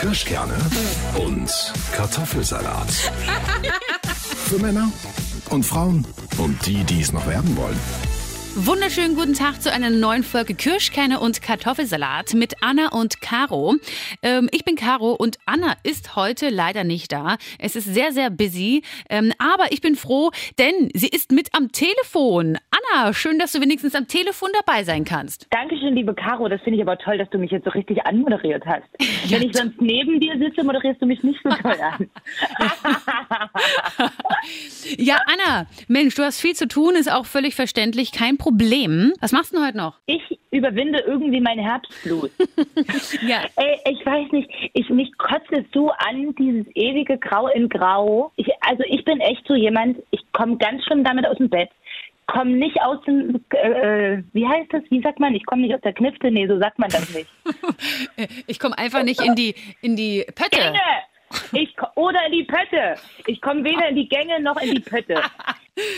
Kirschkerne und Kartoffelsalat. Für Männer und Frauen und die, die es noch werden wollen. Wunderschönen guten Tag zu einer neuen Folge Kirschkerne und Kartoffelsalat mit Anna und Caro. Ähm, ich bin Caro und Anna ist heute leider nicht da. Es ist sehr, sehr busy. Ähm, aber ich bin froh, denn sie ist mit am Telefon. Anna, schön, dass du wenigstens am Telefon dabei sein kannst. Dankeschön, liebe Caro. Das finde ich aber toll, dass du mich jetzt so richtig anmoderiert hast. Ja, Wenn ich sonst neben dir sitze, moderierst du mich nicht so toll an. Ja, Anna, Mensch, du hast viel zu tun, ist auch völlig verständlich, kein Problem. Was machst du denn heute noch? Ich überwinde irgendwie meine Herbstflut. Ja, Ey, ich weiß nicht, ich, mich kotzt es so an, dieses ewige Grau in Grau. Ich, also ich bin echt so jemand, ich komme ganz schlimm damit aus dem Bett. Komme nicht aus dem, äh, äh, wie heißt das, wie sagt man, ich komme nicht aus der Knifte, nee, so sagt man das nicht. ich komme einfach nicht in die, in die Pötte. Gänge! Ich, ko- oder in die Pötte. Ich komme weder in die Gänge noch in die Pötte.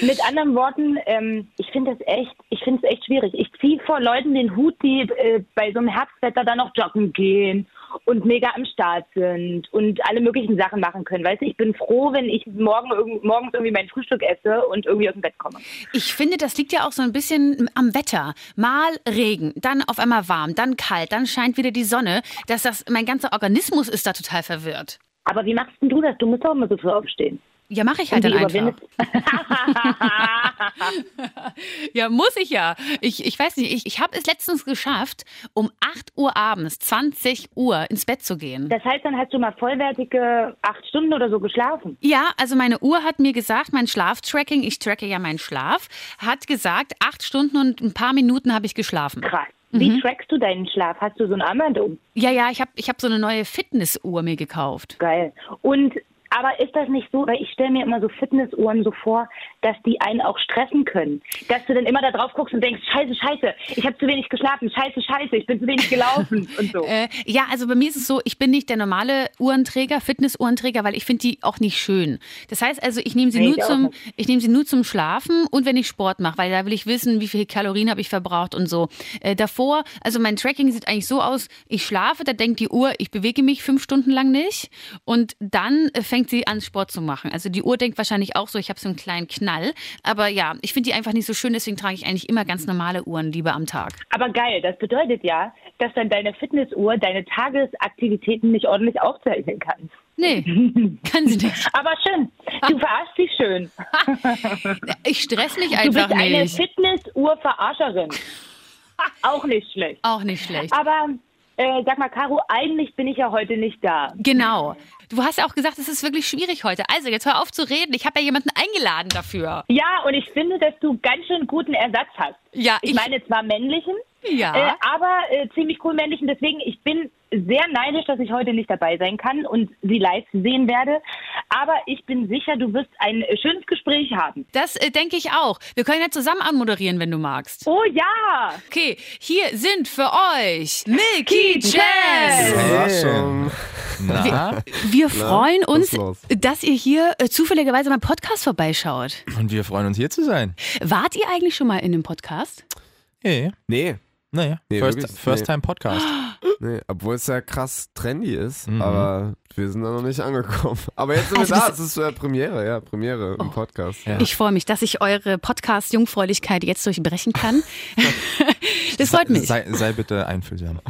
Mit anderen Worten, ähm, ich finde das echt, ich finde es echt schwierig. Ich ziehe vor Leuten den Hut, die äh, bei so einem Herbstwetter dann noch joggen gehen und mega am Start sind und alle möglichen Sachen machen können. Weißt du, ich bin froh, wenn ich morgen irgend- morgens irgendwie mein Frühstück esse und irgendwie aus dem Bett komme. Ich finde, das liegt ja auch so ein bisschen am Wetter. Mal Regen, dann auf einmal warm, dann kalt, dann scheint wieder die Sonne. Dass das, mein ganzer Organismus ist da total verwirrt. Aber wie machst denn du das? Du musst doch immer so früh aufstehen. Ja, mache ich halt Und dann wie einfach. überwindest- Ja, muss ich ja. Ich, ich weiß nicht, ich, ich habe es letztens geschafft, um 8 Uhr abends, 20 Uhr ins Bett zu gehen. Das heißt, dann hast du mal vollwertige acht Stunden oder so geschlafen. Ja, also meine Uhr hat mir gesagt, mein Schlaftracking, ich tracke ja meinen Schlaf, hat gesagt, acht Stunden und ein paar Minuten habe ich geschlafen. Krass. Mhm. Wie trackst du deinen Schlaf? Hast du so ein Armband um? Ja, ja, ich habe ich hab so eine neue Fitnessuhr mir gekauft. Geil. Und aber ist das nicht so, weil ich stelle mir immer so Fitnessuhren so vor, dass die einen auch stressen können. Dass du dann immer da drauf guckst und denkst, scheiße, scheiße, ich habe zu wenig geschlafen, scheiße, scheiße, ich bin zu wenig gelaufen und so. Äh, ja, also bei mir ist es so, ich bin nicht der normale Uhrenträger, Fitnessuhrenträger, weil ich finde die auch nicht schön. Das heißt also, ich nehme sie, Nee, nur ich auch zum, nicht. ich nehme sie nur zum Schlafen und wenn ich Sport mache, weil da will ich wissen, wie viele Kalorien habe ich verbraucht und so. Äh, davor, also mein Tracking sieht eigentlich so aus, ich schlafe, da denkt die Uhr, ich bewege mich fünf Stunden lang nicht und dann äh, fängt sie an, Sport zu machen. Also die Uhr denkt wahrscheinlich auch so, ich habe so einen kleinen Knall. Aber ja, ich finde die einfach nicht so schön, deswegen trage ich eigentlich immer ganz normale Uhren lieber am Tag. Aber geil, das bedeutet ja, dass dann deine Fitnessuhr deine Tagesaktivitäten nicht ordentlich aufzeichnen kann. Nee, kann sie nicht. Aber schön, Ah. du verarschst dich schön. Ich stress mich Du einfach bist eine nicht. Fitnessuhr-Verarscherin. Auch nicht schlecht. Auch nicht schlecht. Aber äh, sag mal, Caro, eigentlich bin ich ja heute nicht da. Genau. Du hast ja auch gesagt, es ist wirklich schwierig heute. Also, jetzt hör auf zu reden. Ich habe ja jemanden eingeladen dafür. Ja, und ich finde, dass du ganz schön guten Ersatz hast. Ja, ich, ich- meine zwar männlichen, Ja. äh, aber äh, ziemlich cool männlichen. Deswegen, ich bin sehr neidisch, dass ich heute nicht dabei sein kann und sie live sehen werde. Aber ich bin sicher, du wirst ein äh, schönes Gespräch haben. Das äh, denke ich auch. Wir können ja zusammen anmoderieren, wenn du magst. Oh ja! Okay, hier sind für euch Milky Chance. Überraschung. Wir freuen uns, los? dass ihr hier äh, zufälligerweise beim Podcast vorbeischaut. Und wir freuen uns hier zu sein. Wart ihr eigentlich schon mal in einem Podcast? Hey, Nee, naja. Nee, first wirklich? first Nee. Time Podcast. nee, obwohl es ja krass trendy ist, Mhm. aber wir sind da noch nicht angekommen. Aber jetzt sind Also wir da, das- es ist äh, Premiere, ja, Premiere im Podcast. Ja. Oh. Ich freue mich, dass ich eure Podcast-Jungfräulichkeit jetzt durchbrechen kann. das freut mich. Sei, sei bitte einfühlsam.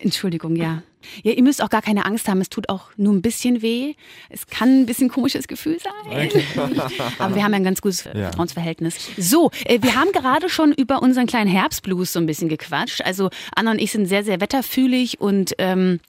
Entschuldigung, ja. Ja, ihr müsst auch gar keine Angst haben. Es tut auch nur ein bisschen weh. Es kann ein bisschen komisches Gefühl sein. Aber wir haben ja ein ganz gutes Vertrauensverhältnis. So, äh, wir haben gerade schon über unseren kleinen Herbstblues so ein bisschen gequatscht. Also Anna und ich sind sehr, sehr wetterfühlig und ähm,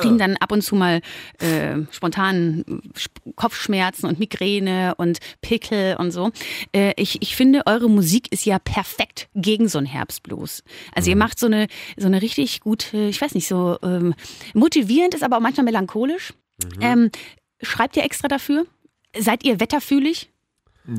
kriegen dann ab und zu mal äh, spontan äh, Sp- Kopfschmerzen und Migräne und Pickel und so. Äh, ich, ich finde, eure Musik ist ja perfekt gegen so einen Herbstblues. Also ihr macht so eine, so eine richtig gute, ich weiß nicht, so ähm, motivierend ist aber auch manchmal melancholisch. Ähm, schreibt ihr extra dafür? Seid ihr wetterfühlig?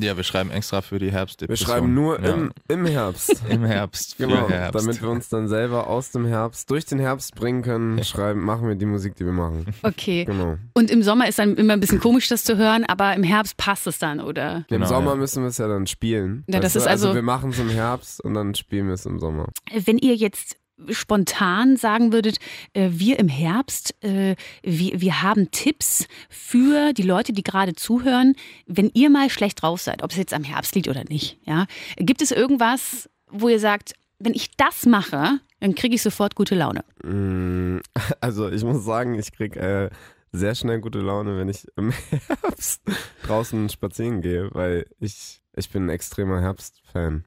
Ja, wir schreiben extra für die Wir Herbstdepression. schreiben nur ja. im, im Herbst. im Herbst. für Genau, Herbst. damit wir uns dann selber aus dem Herbst, durch den Herbst bringen können, schreiben, machen wir die Musik, die wir machen. Okay. Genau. Und im Sommer ist dann immer ein bisschen komisch, das zu hören, aber im Herbst passt es dann, oder? Im Genau, Sommer ja. müssen wir es ja dann spielen. Ja, das Weißt du? ist also- wir machen es im Herbst und dann spielen wir es im Sommer. Wenn ihr jetzt spontan sagen würdet, äh, wir im Herbst, äh, wir, wir haben Tipps für die Leute, die gerade zuhören, wenn ihr mal schlecht drauf seid, ob es jetzt am Herbst liegt oder nicht. Ja? Gibt es irgendwas, wo ihr sagt, wenn ich das mache, dann kriege ich sofort gute Laune? Mm, Also ich muss sagen, ich krieg äh, sehr schnell gute Laune, wenn ich im Herbst draußen spazieren gehe, weil ich, ich bin ein extremer Herbstfan.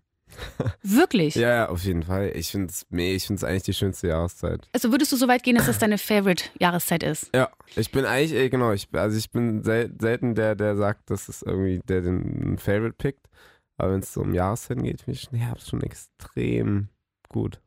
Wirklich? Ja, ja, auf jeden Fall. Ich finde es ich find's eigentlich die schönste Jahreszeit. Also würdest du so weit gehen, dass das deine Favorite-Jahreszeit ist? Ja, ich bin eigentlich, äh, genau, ich, also ich bin sel selten der, der sagt, dass es irgendwie der den Favorite pickt. Aber wenn es so um Jahreszeiten geht, finde ich den Herbst schon extrem gut,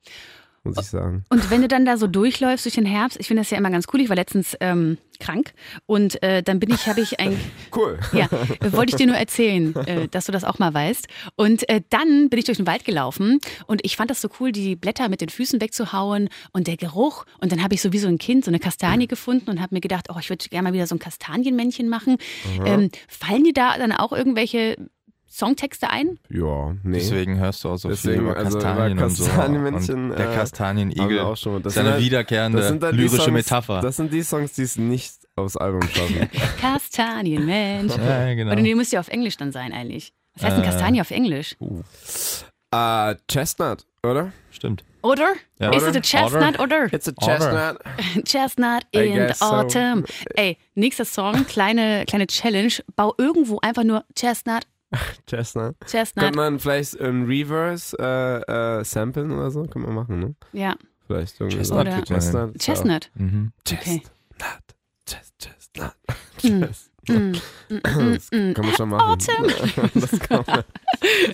muss ich sagen. Und wenn du dann da so durchläufst durch den Herbst, ich finde das ja immer ganz cool. Ich war letztens ähm, krank und äh, dann bin ich, habe ich ein, Cool. ja, äh, wollte ich dir nur erzählen, äh, dass du das auch mal weißt. Und äh, dann bin ich durch den Wald gelaufen und ich fand das so cool, die Blätter mit den Füßen wegzuhauen und der Geruch. Und dann habe ich so wie so ein Kind so eine Kastanie gefunden und habe mir gedacht, oh, ich würde gerne mal wieder so ein Kastanienmännchen machen. Ähm, fallen dir da dann auch irgendwelche Songtexte ein? Ja, nee. Deswegen hörst du auch so viel Deswegen, über also über Kastanien und so. und Kastanienmännchen, der äh, Haben Kastanien-Igel. wir auch schon. mal. Das ist eine sind halt- wiederkehrende das sind halt die lyrische Songs, Metapher. Das sind die Songs, die es nicht aufs Album schaffen. Kastanienmensch. ja, genau. Oder nee, müsste ja auf Englisch dann sein eigentlich. Was heißt denn Kastanie auf Englisch? Ah, Chestnut, oder? Stimmt. Oder? Ja. Is it a Oder? chestnut oder? It's a chestnut. Chestnut I in the guess so. autumn. Ey, nächster Song, kleine, kleine Challenge. Bau irgendwo einfach nur Chestnut, Chestnut. Chestnut. Könnte man vielleicht in Reverse äh, äh, samplen oder so? Können wir machen, ne? Ja, Vielleicht irgendwie. Chestnut so. Oder- kriegt man hin. Chestnut. Chestnut. Mhm. Ja. Okay. Mm, Chestnut. Chest, Chestnut. Chestnut. Das kann man schon machen. Das kann man.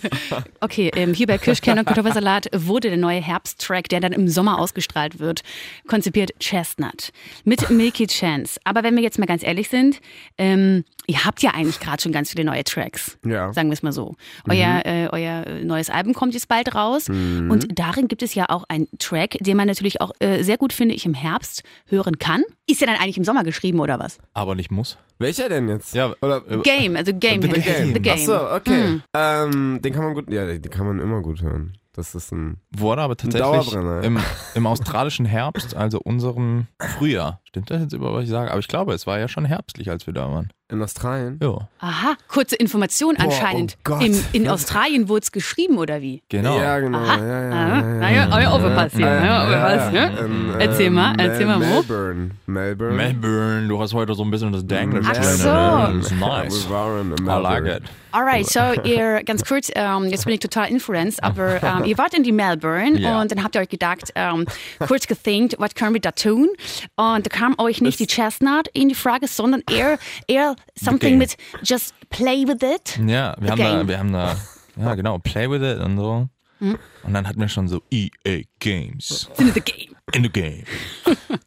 Okay, ähm, hier bei Kirschkern und Kartoffelsalat wurde der neue Herbsttrack, der dann im Sommer ausgestrahlt wird, konzipiert Chestnut mit Milky Chance. Aber wenn wir jetzt mal ganz ehrlich sind, ähm, ihr habt ja eigentlich gerade schon ganz viele neue Tracks. Ja. Mhm. Sagen wir es mal so. Euer, äh, euer äh, neues Album kommt jetzt bald raus. Und darin gibt es ja auch einen Track, den man natürlich auch äh, sehr gut, finde ich, im Herbst hören kann. Ist ja dann eigentlich im Sommer geschrieben oder was? Aber nicht muss. Welcher denn jetzt? Ja, äh, Oder Game, also Game. The hätte ich gesagt. Game. The game. Mm. Achso, okay. Ähm, den kann man gut, ja, den kann man immer gut hören. Das ist ein, wurde aber tatsächlich Dauerbrenner, ja. im, im australischen Herbst, also unserem Frühjahr. Stimmt das jetzt über, was ich sage? Aber ich glaube, es war ja schon herbstlich, als wir da waren. in Australien. Ja, Aha, kurze Information anscheinend. oh Gott. Im, in Australien wurde es geschrieben, oder wie? genau. Ja, genau. Aha. Ja, ja, Ah, ja, na ja, hab ich aufgepasst hier. Ja, Ja, ja, aufgepasst, ja. ne? In, Erzähl mal, erzähl mal, wo? Melbourne. Melbourne. Melbourne, du hast heute so ein bisschen das Mhm. Denglisch. Ach drin, so. ne? Das ist We nice. were in I like Melbourne. it. Alright, so ihr, ganz kurz, ähm, jetzt bin ich total influenced, aber ähm, ihr wart in die Melbourne Ja. und dann habt ihr euch gedacht, ähm, kurz gethinkt, was können wir da tun? Und da kam euch nicht die Chestnut in die Frage, sondern eher, eher something Game. mit just play with it. Ja, wir haben Game. da, wir haben da, ja genau, Play with it und so. Und dann hatten wir schon so EA Games Sind it the game. in the game.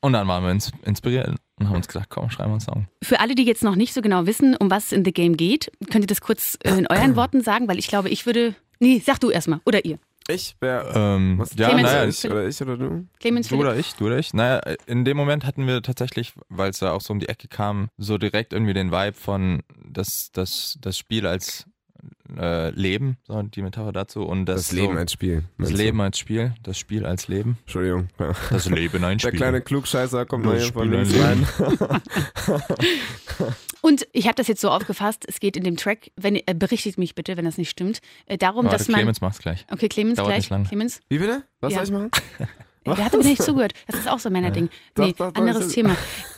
Und dann waren wir ins, inspiriert und haben uns gedacht, komm, schreiben wir einen Song. Für alle, die jetzt noch nicht so genau wissen, um was es in The Game geht, könnt ihr das kurz in euren Worten sagen, weil ich glaube, ich würde. Nee, sag du erstmal. Oder ihr. Ich wäre. Ähm, Was ja, Clemens, naja, ich, oder ich oder du? Clemens Du Philipp. oder ich, du oder ich. Naja, in dem Moment hatten wir tatsächlich, weil es da auch so um die Ecke kam, so direkt irgendwie den Vibe von das, das, das Spiel als äh, Leben, so die Metapher dazu. Und das, Das Leben so, als Spiel. das meinst du? Leben als Spiel, das Spiel als Leben. Entschuldigung. Ja. Das Leben ein Der Spiel. kleine Klugscheißer kommt mal Das hier von Spiel links ein rein. Und ich habe das jetzt so aufgefasst, es geht in dem Track, wenn, äh, berichtigt mich bitte, wenn das nicht stimmt, äh, darum, Warte, dass man... Ah, Clemens macht's gleich. okay, Clemens Dauert gleich. nicht lange. Clemens, Wie bitte? Was Ja. soll ich machen? der hat mir nicht zugehört. Das ist auch so ein Männerding. Doch, Nee, doch, doch, anderes ist- Thema.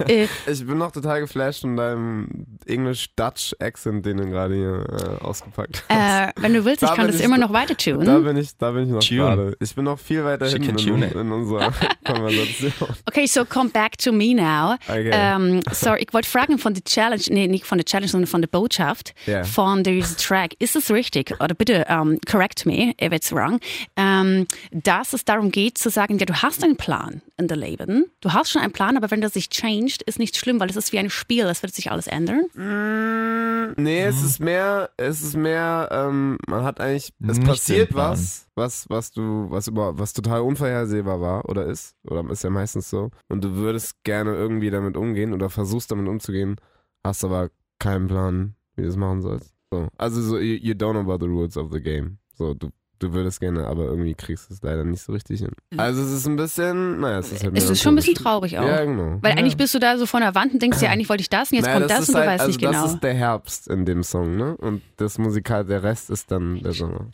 Äh, Ich bin noch total geflasht von deinem English-Dutch-Accent, den du gerade hier äh, ausgepackt hast. äh, wenn du willst, ich Da kann bin das ich- immer noch weiter Da tunen. bin ich, da bin ich noch Tune. gerade. Ich bin noch viel weiter She hinten can in, tune it. in unserer Konversation. Okay, so come back to me now. Okay. Ähm, sorry, ich wollte fragen von der Challenge, nee, nicht von der Challenge, sondern von der Botschaft Ja. von diesem Track. Ist es richtig, oder bitte ähm, correct me if it's wrong, ähm, dass es darum geht zu sagen, ja, du hast einen Plan in der Leben. Du hast schon einen Plan, aber wenn das sich changed, ist nicht schlimm, weil es ist wie ein Spiel, es wird sich alles ändern. Mm. Nee, es ist mehr, es ist mehr, ähm, man hat eigentlich, es Nicht passiert den Plan. was, was, was du, was über, was total unvorhersehbar war oder ist, oder ist ja meistens so, und du würdest gerne irgendwie damit umgehen oder versuchst damit umzugehen, hast aber keinen Plan, wie du es machen sollst. So. Also so, you, you don't know about the rules of the game. So, du Du würdest gerne, aber irgendwie kriegst du es leider nicht so richtig hin. Also es ist ein bisschen, naja, es ist halt Mhm. Es ist schon ein bisschen traurig auch. Ja, genau. Weil eigentlich bist du da so vor einer Wand und denkst dir, eigentlich wollte ich das und jetzt Naja, kommt das, ist und du halt- weißt also nicht das genau. ist der Herbst in dem Song, ne? Und das Musikal, der Rest ist dann der Sommer.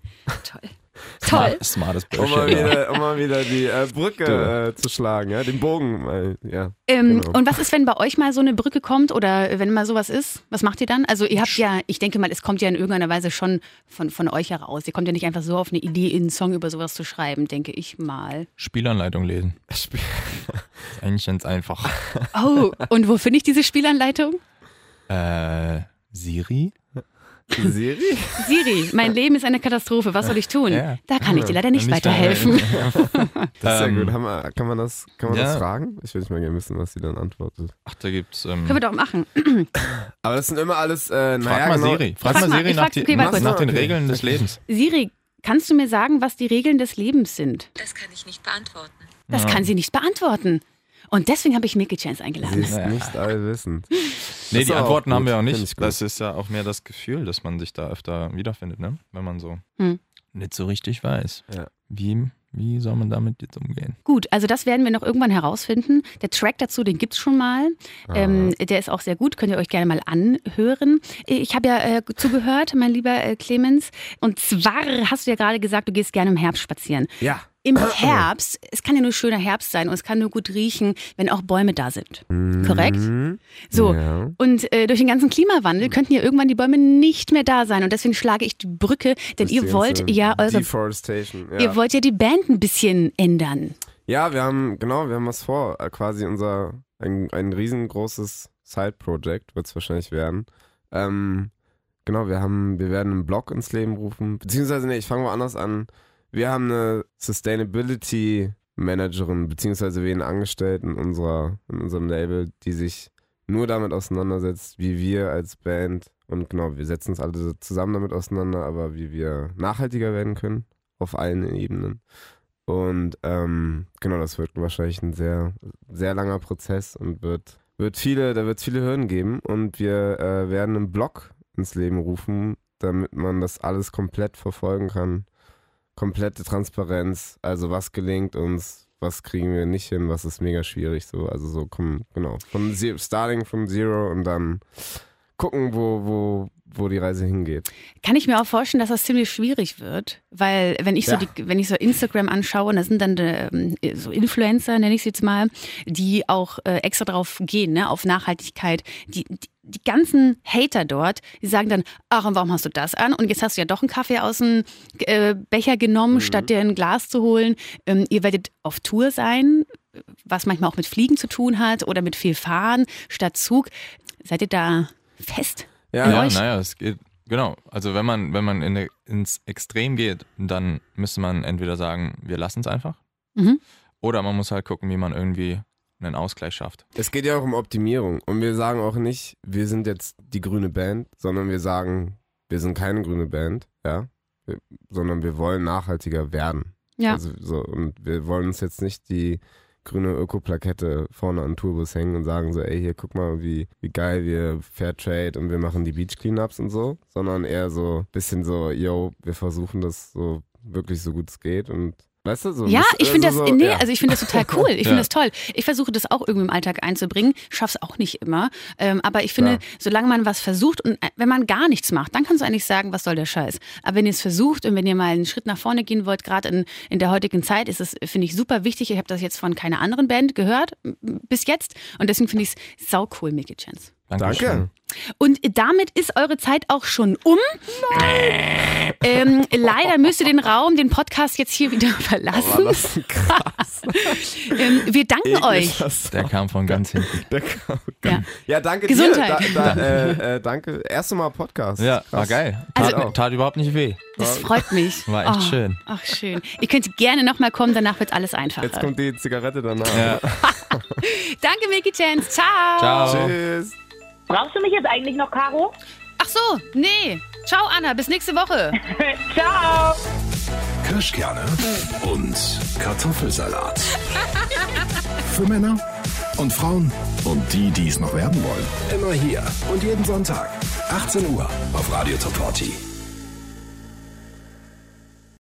Toll. Toll. Smartes Um mal Bullshit. ja. wieder, um mal wieder die äh, Brücke äh, zu schlagen, ja? Den Bogen mal, ja. Ähm, Genau. Und was ist, wenn bei euch mal so eine Brücke kommt oder wenn mal sowas ist? Was macht ihr dann? Also ihr habt ja, ich denke mal, es kommt ja in irgendeiner Weise schon von, von euch heraus. Ihr kommt ja nicht einfach so auf eine Idee, einen Song über sowas zu schreiben, denke ich mal. Spielanleitung lesen. Spiel- Ist eigentlich ganz einfach. Oh, und wo finde ich diese Spielanleitung? Äh, Siri? Siri? Siri, mein Leben ist eine Katastrophe, was soll ich tun? Ja. Da kann ich dir leider nicht, Nicht weiterhelfen. Das ist Ähm, ja gut. Haben wir, kann man das, kann man das ja. fragen? Ich würde mal gerne wissen, was sie dann antwortet. Ach, da gibt's. Ähm, Können wir doch machen. Aber das sind immer alles, äh, frag naja, mal genau, Siri. Frag, Frag mal mal, Siri ich nach, frag- die, okay, nach warte nach kurz. den Okay. Regeln des Lebens. Siri, kannst du mir sagen, was die Regeln des Lebens sind? Das kann ich nicht beantworten. Das kann sie nicht beantworten. Und deswegen habe ich Milky Chance Sie eingeladen. ist nicht allwissend. Nee, Ist die aber auch Antworten haben gut. wir auch Find ich nicht. gut. Das ist ja auch mehr das Gefühl, dass man sich da öfter wiederfindet, ne? Wenn man so Hm. nicht so richtig weiß. Ja. Wie, wie soll man damit jetzt umgehen? Gut, also das werden wir noch irgendwann herausfinden. Der Track dazu, den gibt's schon mal. Ähm, der ist auch sehr gut, könnt ihr euch gerne mal anhören. Ich habe ja äh, zugehört, mein lieber äh, Clemens. Und zwar hast du ja gerade gesagt, du gehst gerne im Herbst spazieren. Ja. Im Herbst, es kann ja nur schöner Herbst sein und es kann nur gut riechen, wenn auch Bäume da sind. Hm. Korrekt? Mhm. So. Ja. Und äh, durch den ganzen Klimawandel könnten ja irgendwann die Bäume nicht mehr da sein. Und deswegen schlage ich die Brücke, denn Das ist die ihr wollt ganze ja eure, Deforestation. Ja. ihr wollt ja die Band ein bisschen ändern. Ja, wir haben, genau, wir haben was vor. Äh, Quasi unser, ein, ein riesengroßes Side-Project wird es wahrscheinlich werden. Ähm, genau, wir haben, wir werden einen Blog ins Leben rufen. Beziehungsweise, nee, ich fange mal anders an. Wir haben eine Sustainability Managerin, beziehungsweise wen angestellt in, unserer, in unserem Label, die sich nur damit auseinandersetzt, wie wir als Band und genau, wir setzen uns alle so zusammen damit auseinander, aber wie wir nachhaltiger werden können auf allen Ebenen. Und ähm, genau, das wird wahrscheinlich ein sehr, sehr langer Prozess und wird, wird viele, da wird es viele Hürden geben. Und wir äh, werden einen Blog ins Leben rufen, damit man das alles komplett verfolgen kann. Komplette Transparenz, also was gelingt uns, was kriegen wir nicht hin, was ist mega schwierig, so, also so kommen, genau. Von ze- starting from zero und dann gucken, wo, wo, wo die Reise hingeht. Kann ich mir auch vorstellen, dass das ziemlich schwierig wird, weil wenn ich so Ja. die, wenn ich so Instagram anschaue, und das sind dann ähm, so Influencer, nenne ich sie jetzt mal, die auch äh, extra drauf gehen, ne, auf Nachhaltigkeit, die, die die ganzen Hater dort, die sagen dann, ach, und warum hast du das an? Und jetzt hast du ja doch einen Kaffee aus dem äh, Becher genommen, statt dir ein Glas zu holen. Ähm, ihr werdet auf Tour sein, was manchmal auch mit Fliegen zu tun hat oder mit viel Fahren statt Zug. Seid ihr da fest? Ja, An Ja, euch? naja, es geht. Genau, also wenn man, wenn man in, ins Extrem geht, dann müsste man entweder sagen, wir lassen es einfach. Mhm. Oder man muss halt gucken, wie man irgendwie einen Ausgleich schafft. Es geht ja auch um Optimierung. Und wir sagen auch nicht, wir sind jetzt die grüne Band, sondern wir sagen, wir sind keine grüne Band, ja. Wir, sondern wir wollen nachhaltiger werden. Ja. Also so, und wir wollen uns jetzt nicht die grüne Öko-Plakette vorne an den Tourbus hängen und sagen so, ey, hier guck mal, wie, wie geil wir Fairtrade und wir machen die Beach-Cleanups und so, sondern eher so ein bisschen so, yo, wir versuchen das so wirklich so gut es geht und weißt du, so. Ja, das- ich finde das, also so, nee, ja. also ich finde das total cool. Ich Ja. finde das toll. Ich versuche das auch irgendwie im Alltag einzubringen, schaff's auch nicht immer. Ähm, aber ich finde, Ja. solange man was versucht und äh, wenn man gar nichts macht, dann kannst du eigentlich sagen, was soll der Scheiß. Aber wenn ihr es versucht und wenn ihr mal einen Schritt nach vorne gehen wollt, gerade in, in der heutigen Zeit, ist es, finde ich, super wichtig. Ich habe das jetzt von keiner anderen Band gehört, m- bis jetzt. Und deswegen finde ich es sau cool, Mickey Chance. Dankeschön. Danke. Und damit ist eure Zeit auch schon um. Ähm, leider müsst ihr den Raum, den Podcast jetzt hier wieder verlassen. Das ist krass. Ähm, wir danken euch. Das- Der kam von ganz hinten. Der kam- Ja. Ja, danke Gesundheit. dir. Da, da, äh, äh, danke. Erst mal Podcast. Ja, Krass. war geil. Also- Tat, tat überhaupt nicht weh. Das freut mich. Ah, War echt schön. Ach, schön. Ihr könnt gerne nochmal kommen, danach wird alles Jetzt einfacher. kommt die Zigarette danach. Ja. Danke, Milky Chance. Ciao. Ciao. Tschüss. Brauchst du mich jetzt eigentlich noch, Caro? Ach so, nee. Ciao, Anna. Bis nächste Woche. Ciao! Kirschkerne und Kartoffelsalat. Für Männer und Frauen und die, die es noch werden wollen. Immer hier und jeden Sonntag, 18 Uhr auf Radio Top 40.